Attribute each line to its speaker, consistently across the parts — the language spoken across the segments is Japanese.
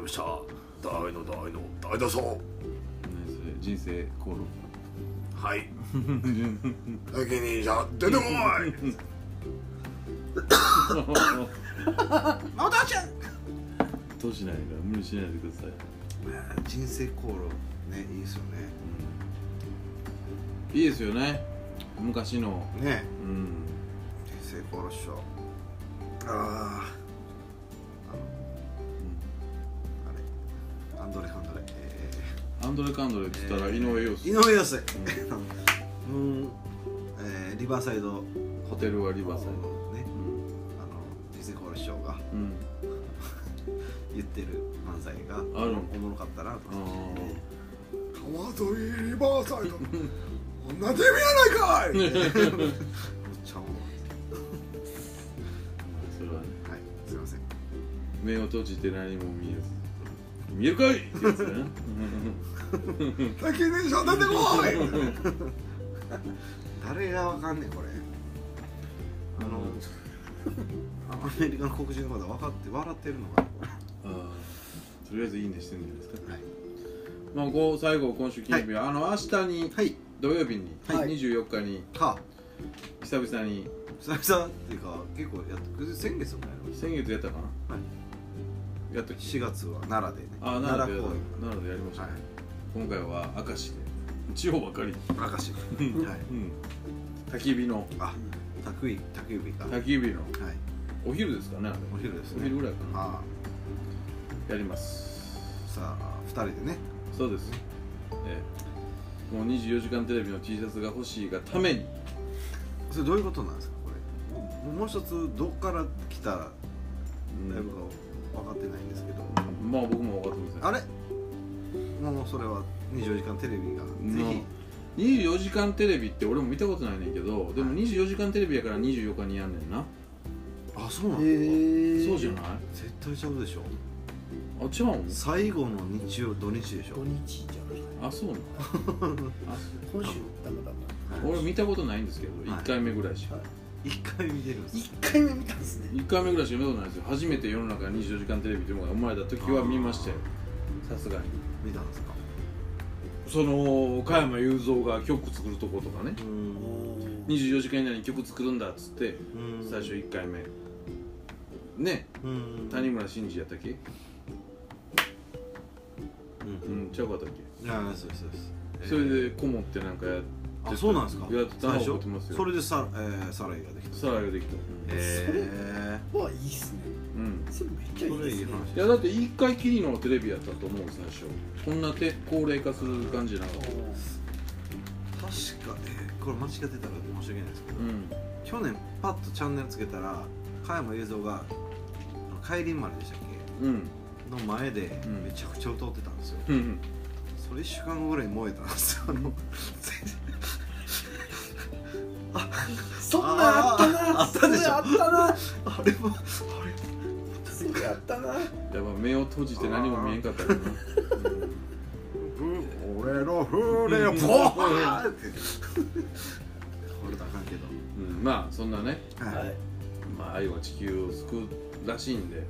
Speaker 1: ました大の大の大だそう
Speaker 2: 何それ人生コール
Speaker 1: はい責任者出 てこいお父ちゃん
Speaker 2: どうしないか無理しないでください、
Speaker 3: 人生航路ねいいですよね
Speaker 2: うん、いいですよね昔の
Speaker 3: ね
Speaker 2: うん
Speaker 3: 人生航路っしょあああれアンドレハンドレえ
Speaker 2: アンドレ・カンドレって言ったら井上陽
Speaker 3: ー、井
Speaker 2: 水、
Speaker 3: 上 陽水うん、えー、リバーサイド
Speaker 2: ホテルはリバーサイド
Speaker 3: ね
Speaker 2: うん、
Speaker 3: あの人生航路師匠が
Speaker 2: うん、
Speaker 3: 言ってる漫才が
Speaker 2: ある
Speaker 3: おもろかったなと
Speaker 2: あー
Speaker 1: 川沿いリバーサ イド女デビやないかい
Speaker 3: めっちゃおもろか
Speaker 2: それはね
Speaker 3: ったはいすいません
Speaker 2: 目を閉じて何も見えず見えるかいってやつだね
Speaker 1: 責任者出てこい
Speaker 3: 誰がわかんねんこれ あのアメリカの黒人の方分かって笑ってるのか
Speaker 2: あーとりあえずいいねしてんじゃないですか
Speaker 3: なはい
Speaker 2: まあこう最後今週金曜日は、あの明日に
Speaker 3: はい
Speaker 2: 土曜日に、
Speaker 3: はい
Speaker 2: 24日に
Speaker 3: か
Speaker 2: 久々に
Speaker 3: 久々っていうか結構やって先月もやりまし
Speaker 2: 先月やったかな、
Speaker 3: は
Speaker 2: やっと
Speaker 3: た4月は奈良でね
Speaker 2: ああ奈良で
Speaker 3: 公演
Speaker 2: 奈良でやりました、
Speaker 3: はい
Speaker 2: 今回は明石で地方ばかり、
Speaker 3: 明石はい
Speaker 2: うん、焚き火の
Speaker 3: あ宅井宅指かは
Speaker 2: 焚
Speaker 3: い
Speaker 2: き火のお昼ですかねあれ
Speaker 3: お昼です
Speaker 2: お昼
Speaker 3: ね
Speaker 2: ぐらいかな
Speaker 3: ま
Speaker 2: やります
Speaker 3: あさあ2人でね
Speaker 2: そうです、ええもう24時間テレビの T シャツが欲しいがために
Speaker 3: それどういうことなんですかこれもうもう一つどっから来たライブか分かってないんですけど
Speaker 2: まあ僕も分かってま
Speaker 3: あれもうそれは24時間テレビが
Speaker 2: せん
Speaker 3: ぜ
Speaker 2: ひ24時間テレビって俺も見たことないねんけどでも24時間テレビやから24日にやんねんな、
Speaker 3: ひあそうな
Speaker 1: へ
Speaker 3: んだ
Speaker 2: そうじゃない
Speaker 3: 絶対ちゃうでしょ
Speaker 2: あ違うん
Speaker 3: 最後の日曜土日でし
Speaker 1: 土
Speaker 3: ょ
Speaker 1: 日じゃない
Speaker 2: あそうなのあ
Speaker 1: 今週ダメだな
Speaker 2: 俺見たことないんですけど
Speaker 3: はい
Speaker 2: 1回目ぐらいしか、
Speaker 3: 一回見てるんです
Speaker 1: 一回目見たんですね
Speaker 2: 1回目ぐらいしか見たことないですよ初めて世の中に24時間テレビというものが生まれた時は見ましたよさすがに
Speaker 3: 見たんですか
Speaker 2: その加山雄三が曲作るとことかね
Speaker 3: う
Speaker 1: お
Speaker 3: ん
Speaker 1: ー
Speaker 2: 24時間以内に曲作るんだっつって最初1回目ね
Speaker 3: うん
Speaker 2: 谷村新司やったっけ
Speaker 3: うん
Speaker 2: うんちゃうかったっけ、
Speaker 3: いやそうですそうですえー
Speaker 2: それでこもってなんかやってた
Speaker 3: あそうなんですか
Speaker 2: やってたの
Speaker 3: 最
Speaker 2: 覚えてます
Speaker 3: 初
Speaker 2: よ
Speaker 3: それでサ,、えー、サライができた
Speaker 2: さあできた、
Speaker 3: え
Speaker 1: まあいいっすね
Speaker 2: うん
Speaker 1: それめっちゃ
Speaker 3: ー、
Speaker 1: いい
Speaker 3: それ
Speaker 1: で
Speaker 3: い
Speaker 1: す
Speaker 3: い
Speaker 1: ね
Speaker 3: 話
Speaker 2: いやだって1回きりのテレビやったと思う最初こんなて高齢化する感じなの
Speaker 3: 確か、えー、これ間違ってたら申し訳ないですけど
Speaker 2: うん
Speaker 3: 去年パッとチャンネルつけたら加山雄三が「あの帰り丸」でしたっ
Speaker 2: うん
Speaker 3: けの前で
Speaker 2: うん
Speaker 3: めちゃくちゃ歌ってたんですよ、
Speaker 2: うん
Speaker 3: それ1週間後ぐらいに燃えたんですよあの
Speaker 1: そんなんあったな
Speaker 3: あーあったでしょ
Speaker 1: それあったな
Speaker 3: あれはあれ
Speaker 1: それあったな
Speaker 2: やっぱ目を閉じて何も見えんかったよな
Speaker 3: 俺の船をポ ーンってこれだかんけど
Speaker 2: うんまあそんなね、
Speaker 3: はい、はい
Speaker 2: まあ、愛は地球を救うらしいんで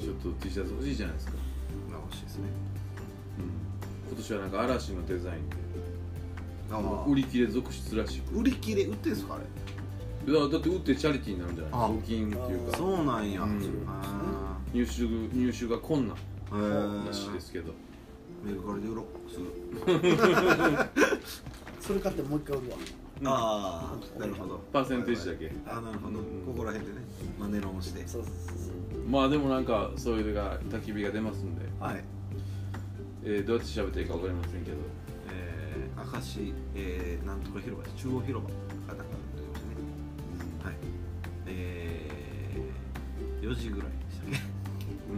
Speaker 2: ちょっと T シャツ欲しいじゃないですか、
Speaker 3: まあ欲しいですね
Speaker 2: 今年はなんか嵐のデザインで
Speaker 3: ああ
Speaker 2: 売り切れ続出らし
Speaker 3: 売り切れ売ってんすかあれ
Speaker 2: くいやだって売ってチャリティーになるんじゃな
Speaker 3: あ
Speaker 2: い募金っていうか
Speaker 3: そうなんや、
Speaker 2: うん
Speaker 3: あ
Speaker 2: 入手入手が困難
Speaker 3: あへえ
Speaker 2: らしいですけど
Speaker 3: メルカリで売ろうすぐ、
Speaker 1: それ買ってもう一回売るわ
Speaker 3: ああなるほど
Speaker 2: パーセンテージだけ
Speaker 3: ああなるほど、
Speaker 2: うん
Speaker 3: ここら辺でねマネロンして
Speaker 1: そうそうそうそう
Speaker 2: まあでもなんかそういうのが焚き火が出ますんで、
Speaker 3: はい
Speaker 2: えーどうやって調べていいか分かりませんけど
Speaker 3: えー、明石、えー、なんとか広場中央広場かなんかありましたねはいえー、4時ぐらいでしたね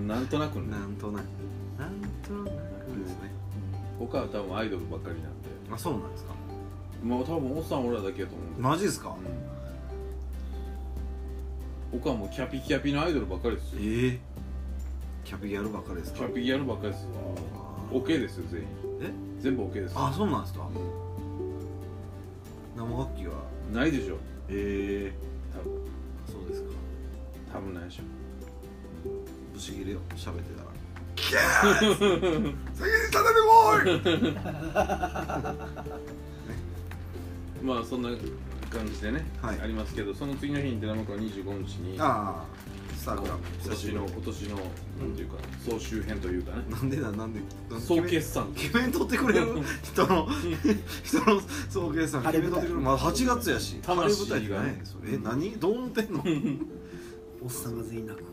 Speaker 2: なんとな くね
Speaker 3: なんとなくなんとなくですね
Speaker 2: 他は多分アイドルばっかりなんで
Speaker 3: あそうなんですか
Speaker 2: まあ多分おっさん俺らだけやと思うんで
Speaker 3: マジですか
Speaker 2: うん他はもうキャピキャピのアイドルばっかりです
Speaker 3: え
Speaker 2: よ
Speaker 3: ー、キャピギャルばっかりです
Speaker 2: キ
Speaker 3: か
Speaker 2: ャピギャルばっかりですよ
Speaker 3: あー
Speaker 2: OK ですよ全員
Speaker 3: え
Speaker 2: 全部 OK です
Speaker 3: あそうなんですか
Speaker 2: う
Speaker 3: 生楽器は
Speaker 2: んないでしょ
Speaker 3: ええ
Speaker 2: 多分
Speaker 3: そうですか
Speaker 2: 多分ないでしょ
Speaker 3: 不思議でよ喋ってたら
Speaker 1: け ー先に畳みこい
Speaker 2: まあそんな感じでね、
Speaker 3: はい
Speaker 2: ありますけどその次の日に寺本は25日に
Speaker 3: ああスタグラム
Speaker 2: 今年の今年のなんていうか総集編というかね
Speaker 3: なんでだなんでなんで
Speaker 2: 総決算
Speaker 3: 決めんとってくれ る人の人の総計算決めんとってくれるまあ8月やし
Speaker 2: 魂が
Speaker 3: 晴れ舞台じゃないそれえ何どう思ってんの
Speaker 4: おっさんが全員泣く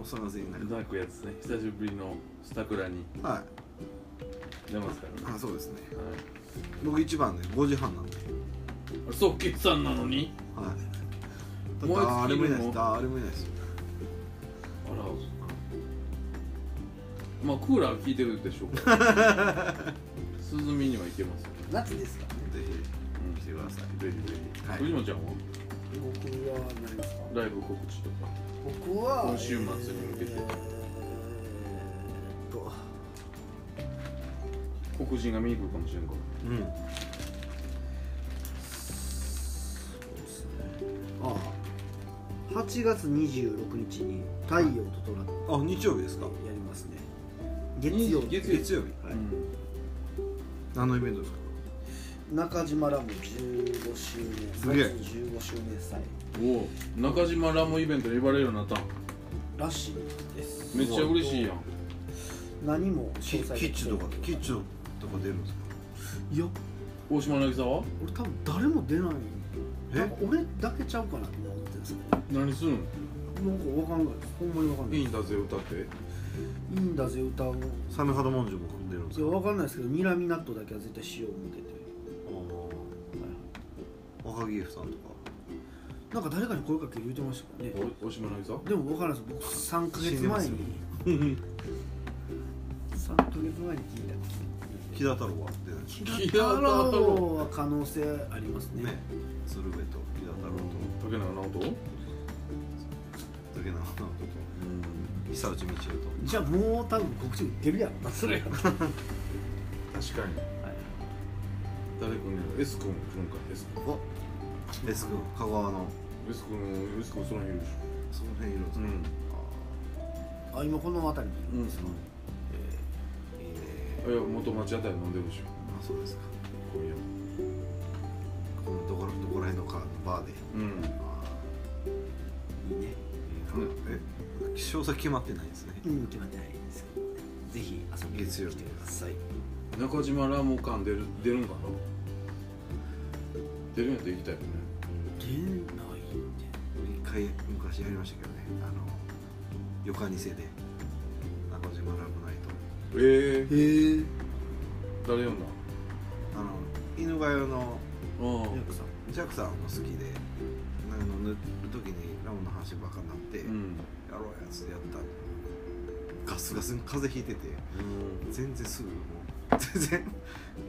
Speaker 3: おさが全員なる
Speaker 2: ダークやつね久しぶりのスタクラに
Speaker 3: はい
Speaker 2: 出ますからね、
Speaker 3: あそうですね
Speaker 2: は
Speaker 3: 僕一番で5時半なんで
Speaker 2: い、総決算なのに
Speaker 3: はい
Speaker 2: 燃え
Speaker 3: だ
Speaker 2: 尽
Speaker 3: って誰
Speaker 2: き
Speaker 3: もい
Speaker 2: る
Speaker 3: ないで
Speaker 2: の
Speaker 3: す誰もいないです
Speaker 2: あらまあクーラー効いてるでしょうから涼みには行けますよ、
Speaker 4: 夏ですからね
Speaker 3: ぜひ来てください
Speaker 2: ぜひぜひ、
Speaker 3: はい
Speaker 2: 藤本ちゃんは
Speaker 4: 僕は何ですか
Speaker 2: ライブ告知とか
Speaker 4: 僕は
Speaker 2: 今週末に向けて
Speaker 4: えーっと
Speaker 2: 黒人が見に来るかもしれんから
Speaker 3: うんそうですね
Speaker 4: ああ8月26日に「太陽と虎」
Speaker 3: あ日曜日ですか
Speaker 4: やりますね月曜日
Speaker 2: 月曜日
Speaker 3: 月曜日
Speaker 4: はい
Speaker 2: うん
Speaker 3: 何のイベントですか
Speaker 4: 中島ラム15周年
Speaker 3: すげえ
Speaker 4: 最近15周年祭
Speaker 2: おお中島ラムイベントに呼ばれるようになったん
Speaker 4: らしいです
Speaker 2: めっちゃ嬉しいやん
Speaker 4: 何も
Speaker 3: キ
Speaker 4: 詳細
Speaker 3: ッチュとかキッチュとか出るんですか
Speaker 4: いや
Speaker 2: 大島渚は
Speaker 4: 俺多分誰も出ない
Speaker 3: え
Speaker 4: なんか俺だけちゃうかなって思ってるんですけど
Speaker 2: 何するの
Speaker 4: なんかわかんないですほんまにわかんない
Speaker 2: いい
Speaker 4: い
Speaker 2: んだぜ歌って
Speaker 4: いんだぜ歌う
Speaker 3: サメハダモンジュも出るんです
Speaker 4: いや
Speaker 3: か
Speaker 4: わかんないですけどにらみ納豆だけは絶対しよう思ってて、はい
Speaker 3: あー若木 F さんとか
Speaker 4: なんか誰かに声かけ言うてましたからね
Speaker 2: お大島渚
Speaker 4: でもわからないです僕3ヶ月前に3ヶ月前に聞いた
Speaker 3: 木田太郎は出ないで
Speaker 2: 田
Speaker 3: す
Speaker 4: 木田太郎は可能性ありますね
Speaker 3: ね鶴瓶と木田太郎
Speaker 2: 竹中直人
Speaker 3: と竹中直人と久内道夫と
Speaker 4: じゃあもう多分告知売ってるやろそれ
Speaker 2: 確かに誰くんやろ S 君来るんか S 君
Speaker 3: エス君香川の
Speaker 2: S 君 S 君その辺いるでし
Speaker 3: その辺いるんです
Speaker 2: ょ
Speaker 3: か
Speaker 2: ん
Speaker 4: あ今この辺りにいるんですか、
Speaker 3: いいね
Speaker 2: いや元町あたり飲んでるでしょ
Speaker 3: あそうですか
Speaker 2: 今夜
Speaker 3: このどこらどこら辺のかバーで
Speaker 2: うん
Speaker 3: あ
Speaker 4: いいね
Speaker 3: ーいいなえ詳細決まってないですね
Speaker 4: うん決まってないですけどねぜひ遊びに来てください
Speaker 2: 中島ラモ館出る出るんかな出るんやったら行きたいよね
Speaker 4: 出ないっ
Speaker 3: 一回
Speaker 4: て
Speaker 3: 昔やりましたけどねあのよかにせで中島ラブナイト
Speaker 2: ええ
Speaker 4: へえ
Speaker 2: 誰呼んだ
Speaker 3: あの犬が代の
Speaker 2: あ
Speaker 4: ヤクさん
Speaker 3: ジャクさんも好きであの塗る時にラムの話ばっかになって、
Speaker 2: うんうん
Speaker 3: やろうやつやったガスガスに風邪ひいてて全然すぐもう全然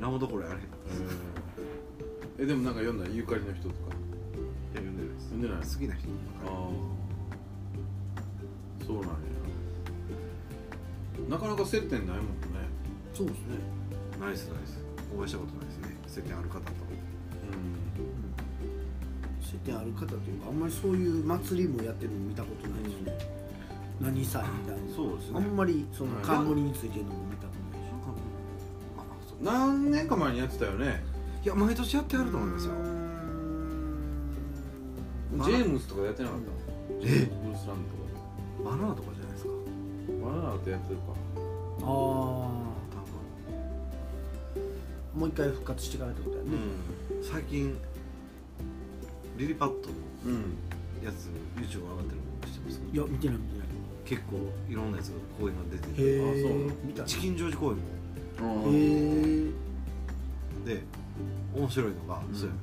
Speaker 3: ラムどころやれへんいや
Speaker 2: えでもなんか呼んだゆかりの人とか
Speaker 3: 呼んでるです
Speaker 2: 呼んでない
Speaker 3: 好きな人
Speaker 2: ああそうなんやなかなか接点ないもんね
Speaker 4: そうですね、
Speaker 3: ナイスナイスお会いしたことないですね接点ある方と
Speaker 2: うん
Speaker 4: うん、接点ある方というかあんまりそういう祭りもやってるの見たことないですね、何祭みたいな
Speaker 3: そうですね
Speaker 4: あんまりその
Speaker 2: はい
Speaker 4: 冠についてるのも見たことないし
Speaker 3: あそう
Speaker 2: 何年か前にやってたよね
Speaker 3: いや毎年やってあると思いますよ
Speaker 4: うーん
Speaker 2: ジ
Speaker 3: まあ
Speaker 2: ェームスとかやってなかったブ
Speaker 3: え
Speaker 2: ルースランド
Speaker 3: バナナとかじゃないですか
Speaker 2: とかバナナってやってるか
Speaker 4: ああ
Speaker 3: 多分
Speaker 4: もう一回復活してからってことやね、
Speaker 3: うん、最近リリパットの
Speaker 2: うん
Speaker 3: やつ YouTube 上がってるのしてます
Speaker 4: いや見てない見てない
Speaker 3: 結構いろんなやつが公演が出てて
Speaker 4: へ
Speaker 2: あそうな
Speaker 4: え
Speaker 2: の
Speaker 4: 見たへ
Speaker 3: チキンジョージ公演も
Speaker 4: え
Speaker 3: で面白いのが、
Speaker 2: うん
Speaker 3: そうや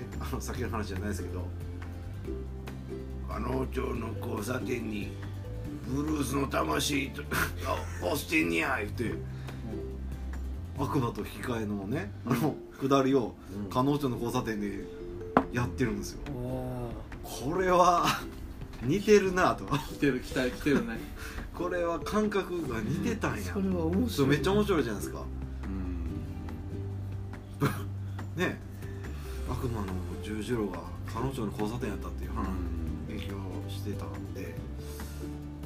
Speaker 3: ねあの先の話じゃないですけど加納町の交差点にブルースの魂と あ押してんにゃいって、悪魔と引き換えのねあの下りを
Speaker 2: うん
Speaker 3: 加納町の交差点でやってるんですよ
Speaker 4: ああ
Speaker 3: これは似てるなと
Speaker 2: 来てる来た来て るね
Speaker 3: これは感覚が似てたんや
Speaker 4: それは面
Speaker 3: そ
Speaker 4: 白
Speaker 3: う
Speaker 4: い
Speaker 3: めっちゃ面白いじゃないですかね悪魔の十字路が彼女の交差点やったっていう話影響してたんで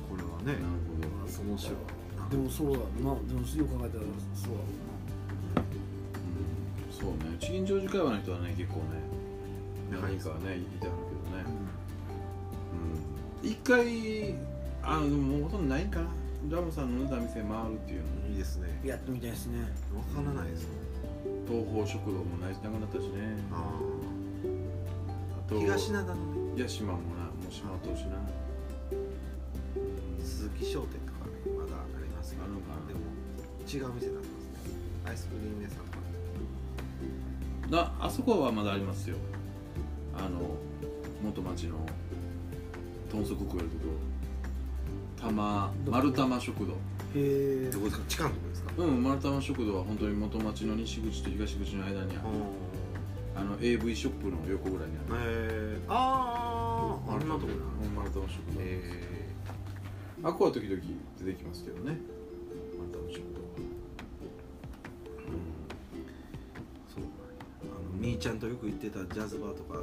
Speaker 3: これはね
Speaker 2: なるほど
Speaker 3: 面白いなな
Speaker 4: でもそうだなでもよく考えたらそうだ
Speaker 2: うんそうね地銀長寿会話の人はね結構ね何
Speaker 3: はい
Speaker 2: 人かはねいたんだけどね
Speaker 4: ろうな、
Speaker 2: うん一回あのでももうほとんどないんかなラムさんの飲んだ店回るっていうの
Speaker 3: いいですね
Speaker 4: やってみたいですね
Speaker 3: わからないですね
Speaker 2: 東方食堂もないしなくなったしね
Speaker 3: あ
Speaker 2: あ
Speaker 3: あ
Speaker 2: と
Speaker 3: 東灘のね
Speaker 2: 屋島もなもうしまっとうしな
Speaker 3: 鈴木商店とかねまだありますけど
Speaker 2: あるのかな
Speaker 3: でも違う店になってますねアイスクリーム屋さんとか
Speaker 2: なあそこはまだありますよあの元町の豚足食えるところ玉
Speaker 4: どこ
Speaker 2: 丸玉食堂
Speaker 4: へえ
Speaker 3: どこですか地下のとこですか
Speaker 2: うん丸玉食堂は本当に元町の西口と東口の間にあるあの AV ショップの横ぐらいにある
Speaker 3: えー、あーああんなとこに
Speaker 2: うん丸玉食堂
Speaker 3: あるえ
Speaker 2: あっこは時々出てきますけどね丸玉食堂は
Speaker 3: ー、そうあの兄ちゃんとよく行ってたジャズバーとか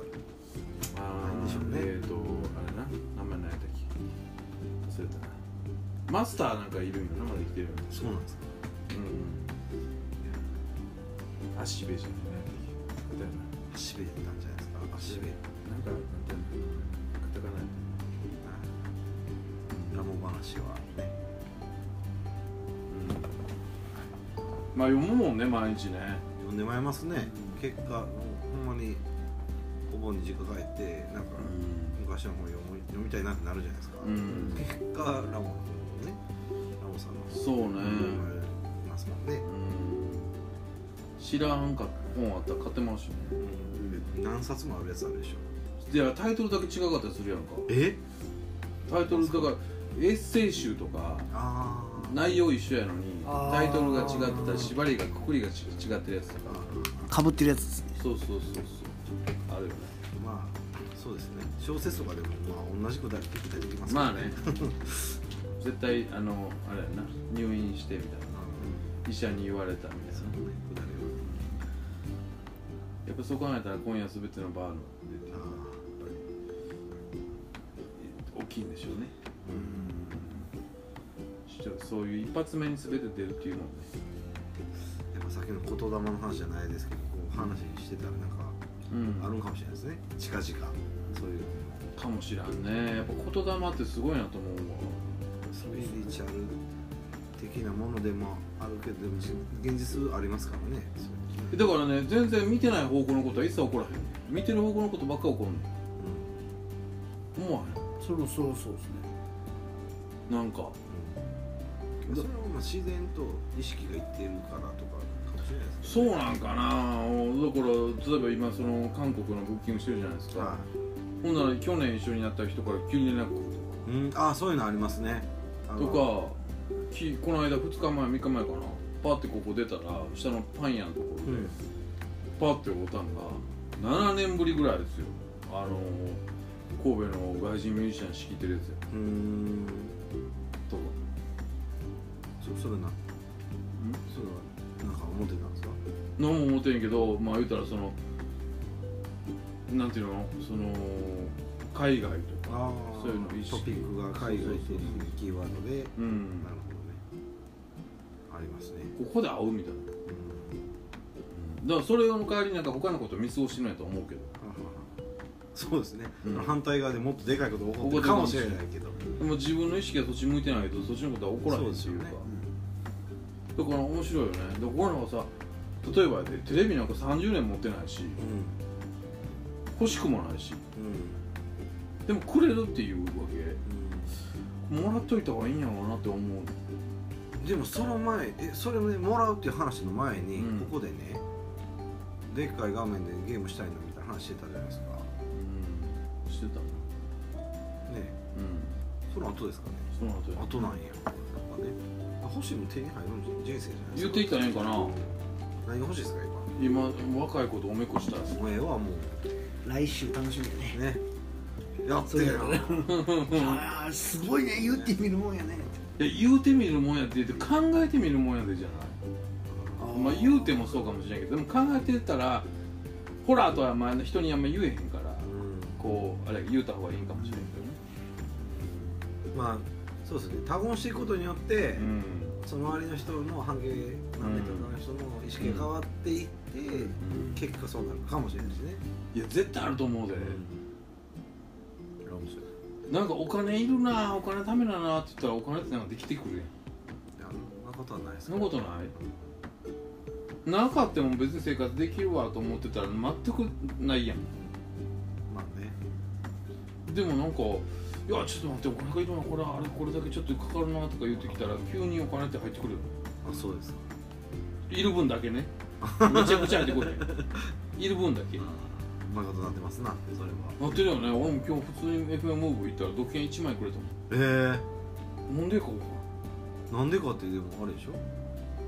Speaker 2: あ
Speaker 3: なんでしょうね
Speaker 2: えっ、とあれな名前何やったっけ忘れたなマスターなんかいるんよなまだ生きてるよな
Speaker 3: そうなんですか
Speaker 2: うんうん足べじゃないだよ
Speaker 3: 足部やったんじゃないですか足部
Speaker 2: ななんかなんていうのカタカナや
Speaker 3: ラモ話はね
Speaker 2: ったうんまあ読むもんね毎日ね
Speaker 3: 読んでまいりますね結果もうほんまにお盆に実家帰ってなんか昔の本読む読みたいなってなるじゃないですか、
Speaker 2: うん
Speaker 3: 結果ラモのねラモさんの本
Speaker 2: そうね
Speaker 3: 読まれますもんね
Speaker 2: う、ん知らんか本あったら買ってますよね
Speaker 3: 何冊もあるやつあるでしょ
Speaker 2: いやタイトルだけ違かったりするやんか
Speaker 3: え
Speaker 2: タイトルだからエッセイ集とか
Speaker 3: あー
Speaker 2: 内容一緒やのに
Speaker 4: あー
Speaker 2: タイトルが違ってたり縛りがくくりがち違ってるやつとか
Speaker 4: かぶってるやつですね
Speaker 2: そうそうそうそうあるよね
Speaker 3: まあそうですね小説とかでもまあ同じくだり聞きたりできます
Speaker 2: まあ ね絶対あのあれやな入院してみたいな医者に言われたみたいな
Speaker 3: そのねくだりは
Speaker 2: やっぱそう考えたら今夜すべてのバーの出て
Speaker 3: あー
Speaker 2: 大きいんでしょうね
Speaker 3: うん
Speaker 2: 視聴そういう一発目にすべて出るっていうのもね
Speaker 3: やっぱさっきの言霊の話じゃないですけどこう話してたらなんか
Speaker 2: うん
Speaker 3: あるんかもしれないですね近々そういう
Speaker 2: かもしらんねやっぱ言霊ってすごいなと思うわ
Speaker 3: スピリチュアル的なものでもあるけどでもじ現実ありますからねそういう
Speaker 2: だからね全然見てない方向のことは一切起こらへん見てる方向のことばっか起こる
Speaker 3: うん
Speaker 2: の思わへ
Speaker 4: それもそうそうですね
Speaker 2: んなんか
Speaker 3: うんそれはまあ自然と意識がいってるからとかかもしれないです
Speaker 2: そうなんかなおだから例えば今その韓国のブッキングしてるじゃないです
Speaker 3: けど
Speaker 2: か
Speaker 3: は
Speaker 2: ほんなら去年一緒になった人から急に連絡来る
Speaker 3: いうん、ああそういうのありますねあ
Speaker 2: と
Speaker 3: の
Speaker 2: かきこの間2日前3日前かなパッてここ出たら下のパン屋のところ
Speaker 3: うん
Speaker 2: パッておったんが7年ぶりぐらいですよあの神戸の外人ミュージシャン仕切ってるやつや
Speaker 3: うーん
Speaker 2: とか
Speaker 3: そそれなそれはなんか思ってたんですか
Speaker 2: 何も思ってんけどまあ言うたらそのなんていうのその海外とか
Speaker 3: あ
Speaker 2: そういうの意識
Speaker 3: トピックが海外というキーワードで
Speaker 2: うん
Speaker 3: なるほどねありますね
Speaker 2: ここで会うみたいな
Speaker 3: うん
Speaker 2: だからそれの代わりになんか他のこと見過ごしてないと思うけど
Speaker 3: あははそうですね、
Speaker 2: うん
Speaker 3: 反対側でもっとでかいこと起こってるかもしれないけど
Speaker 2: でも自分の意識がそっち向いてないとそっちのことは起こらへんっていうか
Speaker 3: そう
Speaker 2: だから面白いよねでこのさ例えばやでテレビなんか30年持ってないし
Speaker 3: う
Speaker 2: 欲しくもないし
Speaker 3: ん
Speaker 2: でもくれるっていうわ
Speaker 3: う
Speaker 2: けもらっといた方がいいんやろうなって思うん
Speaker 3: でもその前えそれをねもらうっていう話の前に、
Speaker 2: うん
Speaker 3: ここでねでっかい画面でゲームしたいなみたいな話してたじゃないですかね
Speaker 2: うんしてたなうん
Speaker 3: その後ですかね
Speaker 2: その後や
Speaker 3: 後なんややっぱね欲しいも手に入るんじゃ人生じゃ
Speaker 2: 言
Speaker 3: ないですか
Speaker 2: っていったらええんかな
Speaker 3: 何が欲しいですか今
Speaker 2: 今若い子とおめっこしたらさ
Speaker 3: お前はも
Speaker 4: 来週楽しみだね
Speaker 3: うねやってるよ
Speaker 4: ああすごいね言ってみるもんやね
Speaker 2: いや言うてみるもんやって言って考えてみるもんやでじゃないまあ言うてもそうかもしれないけどでも考えてたらホラーとはまあ人にあんま言えへんから
Speaker 3: うん
Speaker 2: こうあれ言うた方がいいんかもしれんけどね
Speaker 3: まあそうですね多言していくことによって、
Speaker 2: うん
Speaker 3: その周りの人の半径何メートルかの人の意識が変わっていって、
Speaker 2: うん
Speaker 3: 結果そうなるかもしれないしね、
Speaker 2: いや絶対あると思うで、
Speaker 3: いや面白い
Speaker 2: なんかお金いるなお金ためだなって言ったらお金ってなんかできてくるやん
Speaker 3: いやそんなことはないです
Speaker 2: そんなことないなかったも別に生活できるわと思ってたら全くないやん
Speaker 3: まあね
Speaker 2: でもなんか「いやちょっと待ってお金がいるなこれあれこれだけちょっとかかるな」とか言ってきたら急にお金って入ってくるよ
Speaker 3: あそうですか
Speaker 2: いる分だけねめちゃくちゃ入ってくる やんいる分だけ
Speaker 3: うまいことなってますなそれは
Speaker 2: なってるよね俺も今日普通に FM ムーブ行ったら土券1枚くれたも
Speaker 3: え
Speaker 2: んなんでか
Speaker 3: ー、なんでかってでもあれでしょ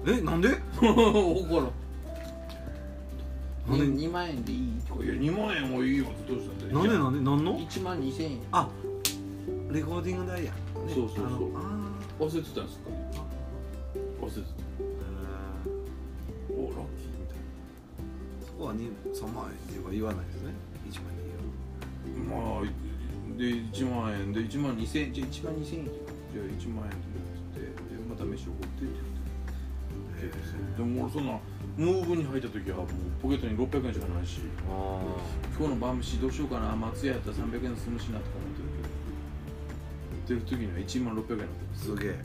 Speaker 3: えなんで
Speaker 2: 分からん分からん
Speaker 3: なんで
Speaker 2: 2万円でいいとか「いや2万円もいいよ」ってどうしたって
Speaker 3: なんでなんでなんの
Speaker 2: 1万2000円
Speaker 3: あレコーディング代や、ね
Speaker 2: そうそうそう
Speaker 3: あのあ
Speaker 2: 忘れてたんですか忘れてた
Speaker 3: ーえー
Speaker 2: おラッキーみたいな
Speaker 3: そこはに3万円っていうか言わないですね1
Speaker 2: ま
Speaker 3: 万円
Speaker 2: あで1万円で1万2000円じゃあ1万2000円じゃあ1万円でって言ってでまた飯おごってって言ってでも俺そんなムーブに入った時はもうポケットに600円しかないし
Speaker 3: ああ
Speaker 2: 今日の晩飯どうしようかな松屋やったら300円で済むしなとか思ってるけど出る時には1万600円になってます
Speaker 3: すげえ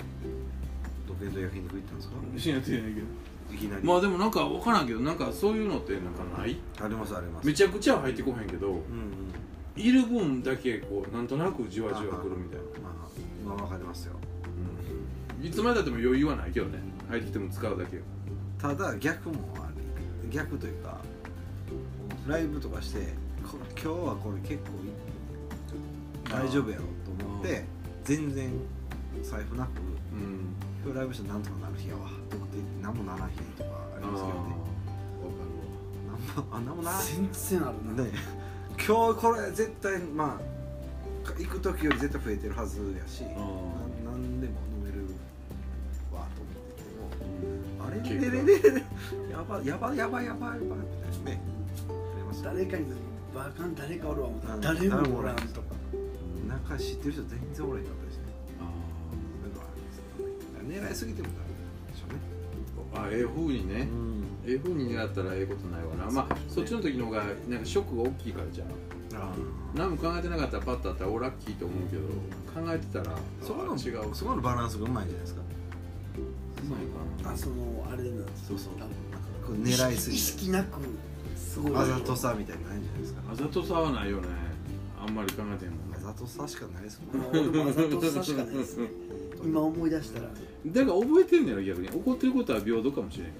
Speaker 3: 時計と焼肉行ったんですか
Speaker 2: 一緒にやってないけど
Speaker 3: いきなり、
Speaker 2: まあでもなんか分からんけどなんかそういうのってなんかない
Speaker 3: ありますあります
Speaker 2: めちゃくちゃは入ってこへんけど
Speaker 3: うんうん
Speaker 2: いる分だけこうなんとなくじわじわくるみたいな
Speaker 3: まあまあわかりますよ
Speaker 2: いつまでたっても余裕はないけどね入ってきても使うだけよ
Speaker 3: ただ逆もあり逆というかライブとかしてこ今日はこれ結構い大丈夫やろと思って全然財布なく
Speaker 2: うん
Speaker 3: 今日ライブしたらなんとかなる日やわと思って何もならん日とかありますけどねなんもあなんもならん日
Speaker 4: 全然あるな
Speaker 3: ね今日これ絶対まあ行く時より絶対増えてるはずやし
Speaker 2: あ
Speaker 3: ななんでも飲めるわと思っててもあれ
Speaker 2: 結
Speaker 3: れ
Speaker 2: 果
Speaker 3: れれれやばやばやばやばやばみたいなねありますよ
Speaker 4: 誰かにバカン誰かおるわ思ったら
Speaker 3: うん
Speaker 4: 誰もおらん
Speaker 3: 誰も
Speaker 4: とか
Speaker 3: なんか知ってる人全然おらへんかったですねそういうのはありますよね狙いすぎてもダメなんでしょうね
Speaker 2: あーあええふうに
Speaker 3: う
Speaker 2: ね
Speaker 3: ん
Speaker 2: ええふうに狙ったらええことないわなまあそっちの時の方がなんかショックが大きいからじゃん
Speaker 3: ああ
Speaker 2: 何も考えてなかったらパッとあったらおラッキーと思うけど考えてたら
Speaker 3: そこ
Speaker 2: あ
Speaker 3: の
Speaker 2: 違う
Speaker 3: そこのバランスがうまいじゃないですか
Speaker 2: うまいかな
Speaker 4: あそのあれなんです
Speaker 3: そうそう
Speaker 4: 多
Speaker 3: なん
Speaker 4: 分
Speaker 3: かこう狙いす
Speaker 4: 意
Speaker 3: ぎ
Speaker 4: 識なくすごい
Speaker 3: てあざとさみたいなのないんじゃないですか
Speaker 2: あざとさはないよねあんまり考えてへんもんね
Speaker 3: あざとさしかないですも
Speaker 4: ま
Speaker 3: ん
Speaker 4: あ
Speaker 3: ね
Speaker 4: 俺もあざとさしかないですね今思い出したら
Speaker 2: だから覚えてんねやろ逆に怒ってることは平等かもしれんよ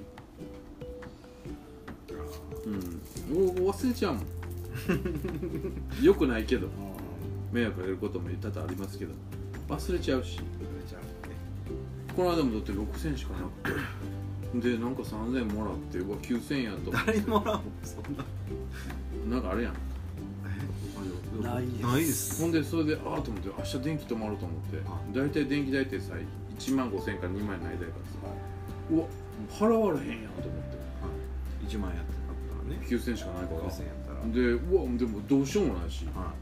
Speaker 2: うんお忘れち ゃうもんよくないけど迷惑かけることも多々ありますけど忘れちゃうし
Speaker 3: じゃあね
Speaker 2: この間もだって6000しかなくてでなんか3000もらってうわ9000円やと
Speaker 3: 誰もらうそんな
Speaker 2: なんかあれやん
Speaker 3: え
Speaker 4: ないです
Speaker 3: ないです
Speaker 2: ほんでそれでああと思って明日電気止まると思って
Speaker 3: あ
Speaker 2: 大体電気代ってさ1万5000円から2万円の間やからさうわ払われへんやんと思って
Speaker 3: 1万円やってなかったらね
Speaker 2: 9000円しかないから
Speaker 3: 5000円やったら
Speaker 2: でうわでもどうしようもないし
Speaker 3: は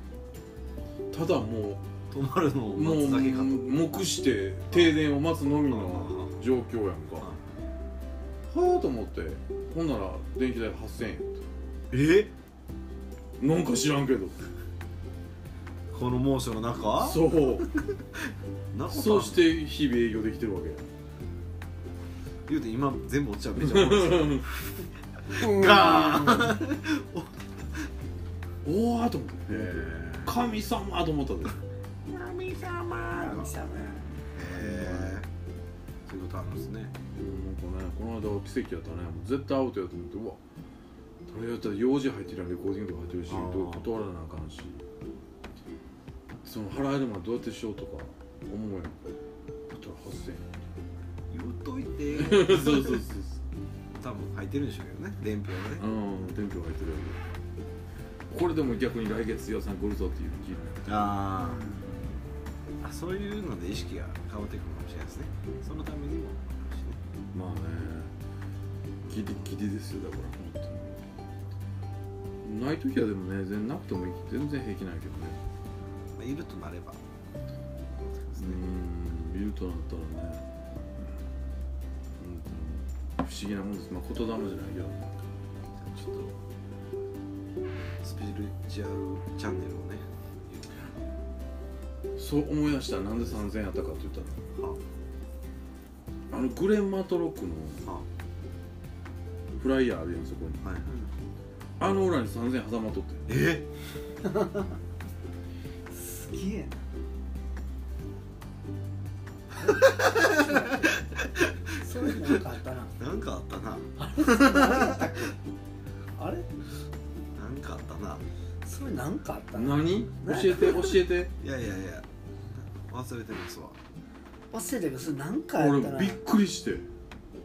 Speaker 2: ただも
Speaker 3: い止まるのを
Speaker 2: うも
Speaker 3: 待
Speaker 2: う
Speaker 3: つだけかと
Speaker 2: 黙して停電を待つのみの状況やんか
Speaker 3: は
Speaker 2: はあと思ってほんなら電気代8000
Speaker 3: え
Speaker 2: 円なんか知らんけど
Speaker 3: この猛暑の中
Speaker 2: そう
Speaker 3: なことあんの
Speaker 2: そうして日々営業できてるわけ
Speaker 3: 言うて今全部落ちちゃう めっちゃ思うんですよ
Speaker 2: ガーン おおーと思って神様と思ったで
Speaker 3: 神様
Speaker 4: 神様
Speaker 3: へえそういうことあるんですね
Speaker 2: うんなんかねこの間は奇跡やったねもう絶対アウトやと思ってうわそれやったら用事入ってるやんレコーディングとか入ってるし
Speaker 3: あー
Speaker 2: どう断らなあかんしその払えるまでどうやってしようとか思うやんだったら8000
Speaker 3: 言うとい
Speaker 2: 円
Speaker 3: て
Speaker 2: そうそうそう
Speaker 3: 多分入ってるんでしょうけどね伝票がね
Speaker 2: そううん電気入ってるやんこれでも逆に来月予算来るぞっていう気になる
Speaker 3: あーあそういうので意識が変わってくるかもしれないですねそのためにもあるしね
Speaker 2: まあねギリギリですよだから本当にない時はでもね全然なくてもいい全然平気ないけどね
Speaker 3: まあいるとなれば
Speaker 2: うーんビルとなったらね思議なもんですまあ言霊じゃないけど
Speaker 3: ちょっとスピリチュアルチャンネルをね
Speaker 2: そう思い出したらなんで3000円あったかって言ったら
Speaker 3: は
Speaker 2: あのグレン・マトロックの
Speaker 3: あは
Speaker 2: フライヤーあるやんそこに
Speaker 3: あはい
Speaker 2: あの裏に3000円挟まっとって
Speaker 3: え
Speaker 4: すげえなそれなんかあったな
Speaker 3: なんかあったな
Speaker 4: あれ
Speaker 3: なんかあったな
Speaker 4: それなんかあったな
Speaker 2: 何教えて教えて
Speaker 3: いやいやいや忘れてますわ
Speaker 4: 忘れたけどそれ なんかあ
Speaker 2: 俺
Speaker 4: ったな
Speaker 2: びっくりして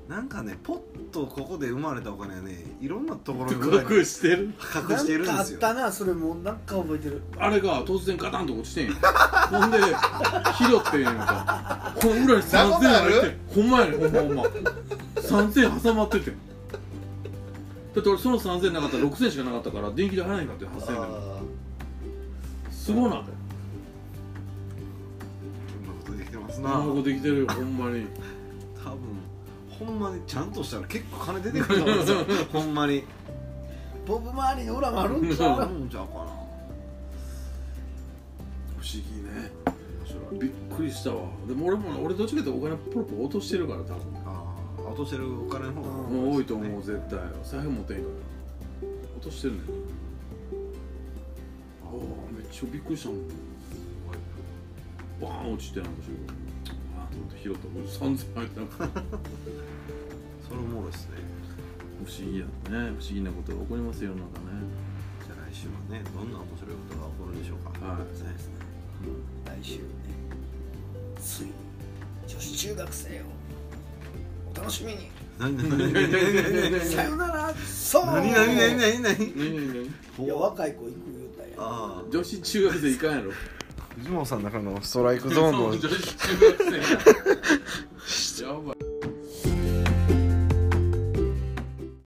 Speaker 3: なんかねポッとここで生まれたお金はねいろんなところに
Speaker 2: 隠してる
Speaker 3: 隠してるんですよ
Speaker 4: なんかあったなそれもなんか覚えてる
Speaker 2: あれが突然ガタンと落ちてんやほんで拾ってんやんかこの裏に
Speaker 1: そんなこと
Speaker 2: 3000円
Speaker 1: ある
Speaker 2: 入ってほんまやねほんまほんま3000円挟まっててだって俺その3000円なかったら6000円しかなかったから電気代払えへんかって8000円で
Speaker 1: ー
Speaker 2: すすごいな
Speaker 3: こんなことできてます
Speaker 2: な
Speaker 3: な
Speaker 2: ごできてるよほんまに
Speaker 3: 多分ほんまにちゃんとしたら結構金出てくると思うんですよほんまに
Speaker 4: ボブ周りの裏もあるんちゃ
Speaker 3: な
Speaker 4: うん
Speaker 3: ちゃうかな
Speaker 2: 不思議ね
Speaker 3: 面白い
Speaker 2: びっくりしたわでも俺も俺どっちかというとお金ポロポロ落としてるから多分
Speaker 3: ああ落としてるお金の方が
Speaker 2: もう多いと思う絶対財布持ってへんから落としてるねああめっちゃびっくりしたもんバーン落ちてなんかしようああと思って拾った俺3000入ってなかった
Speaker 3: それおもろいっすね
Speaker 2: 不思議やね不思議なことが起こりますよなんかね
Speaker 3: じゃあ来週はねどんな面白いことが起こるんでしょうか
Speaker 2: はい
Speaker 3: ね
Speaker 4: 来週ねついに女子中学生をお楽しみに
Speaker 3: 何何何何何何
Speaker 4: さよならそう
Speaker 3: 何何何何何
Speaker 2: ねえねえね
Speaker 4: いや若い子行く言うたやん
Speaker 3: ああ
Speaker 2: え女子中学生いかんやろ
Speaker 3: 藤本さんの中のストライクゾーンの
Speaker 2: そう女子中学生ややばい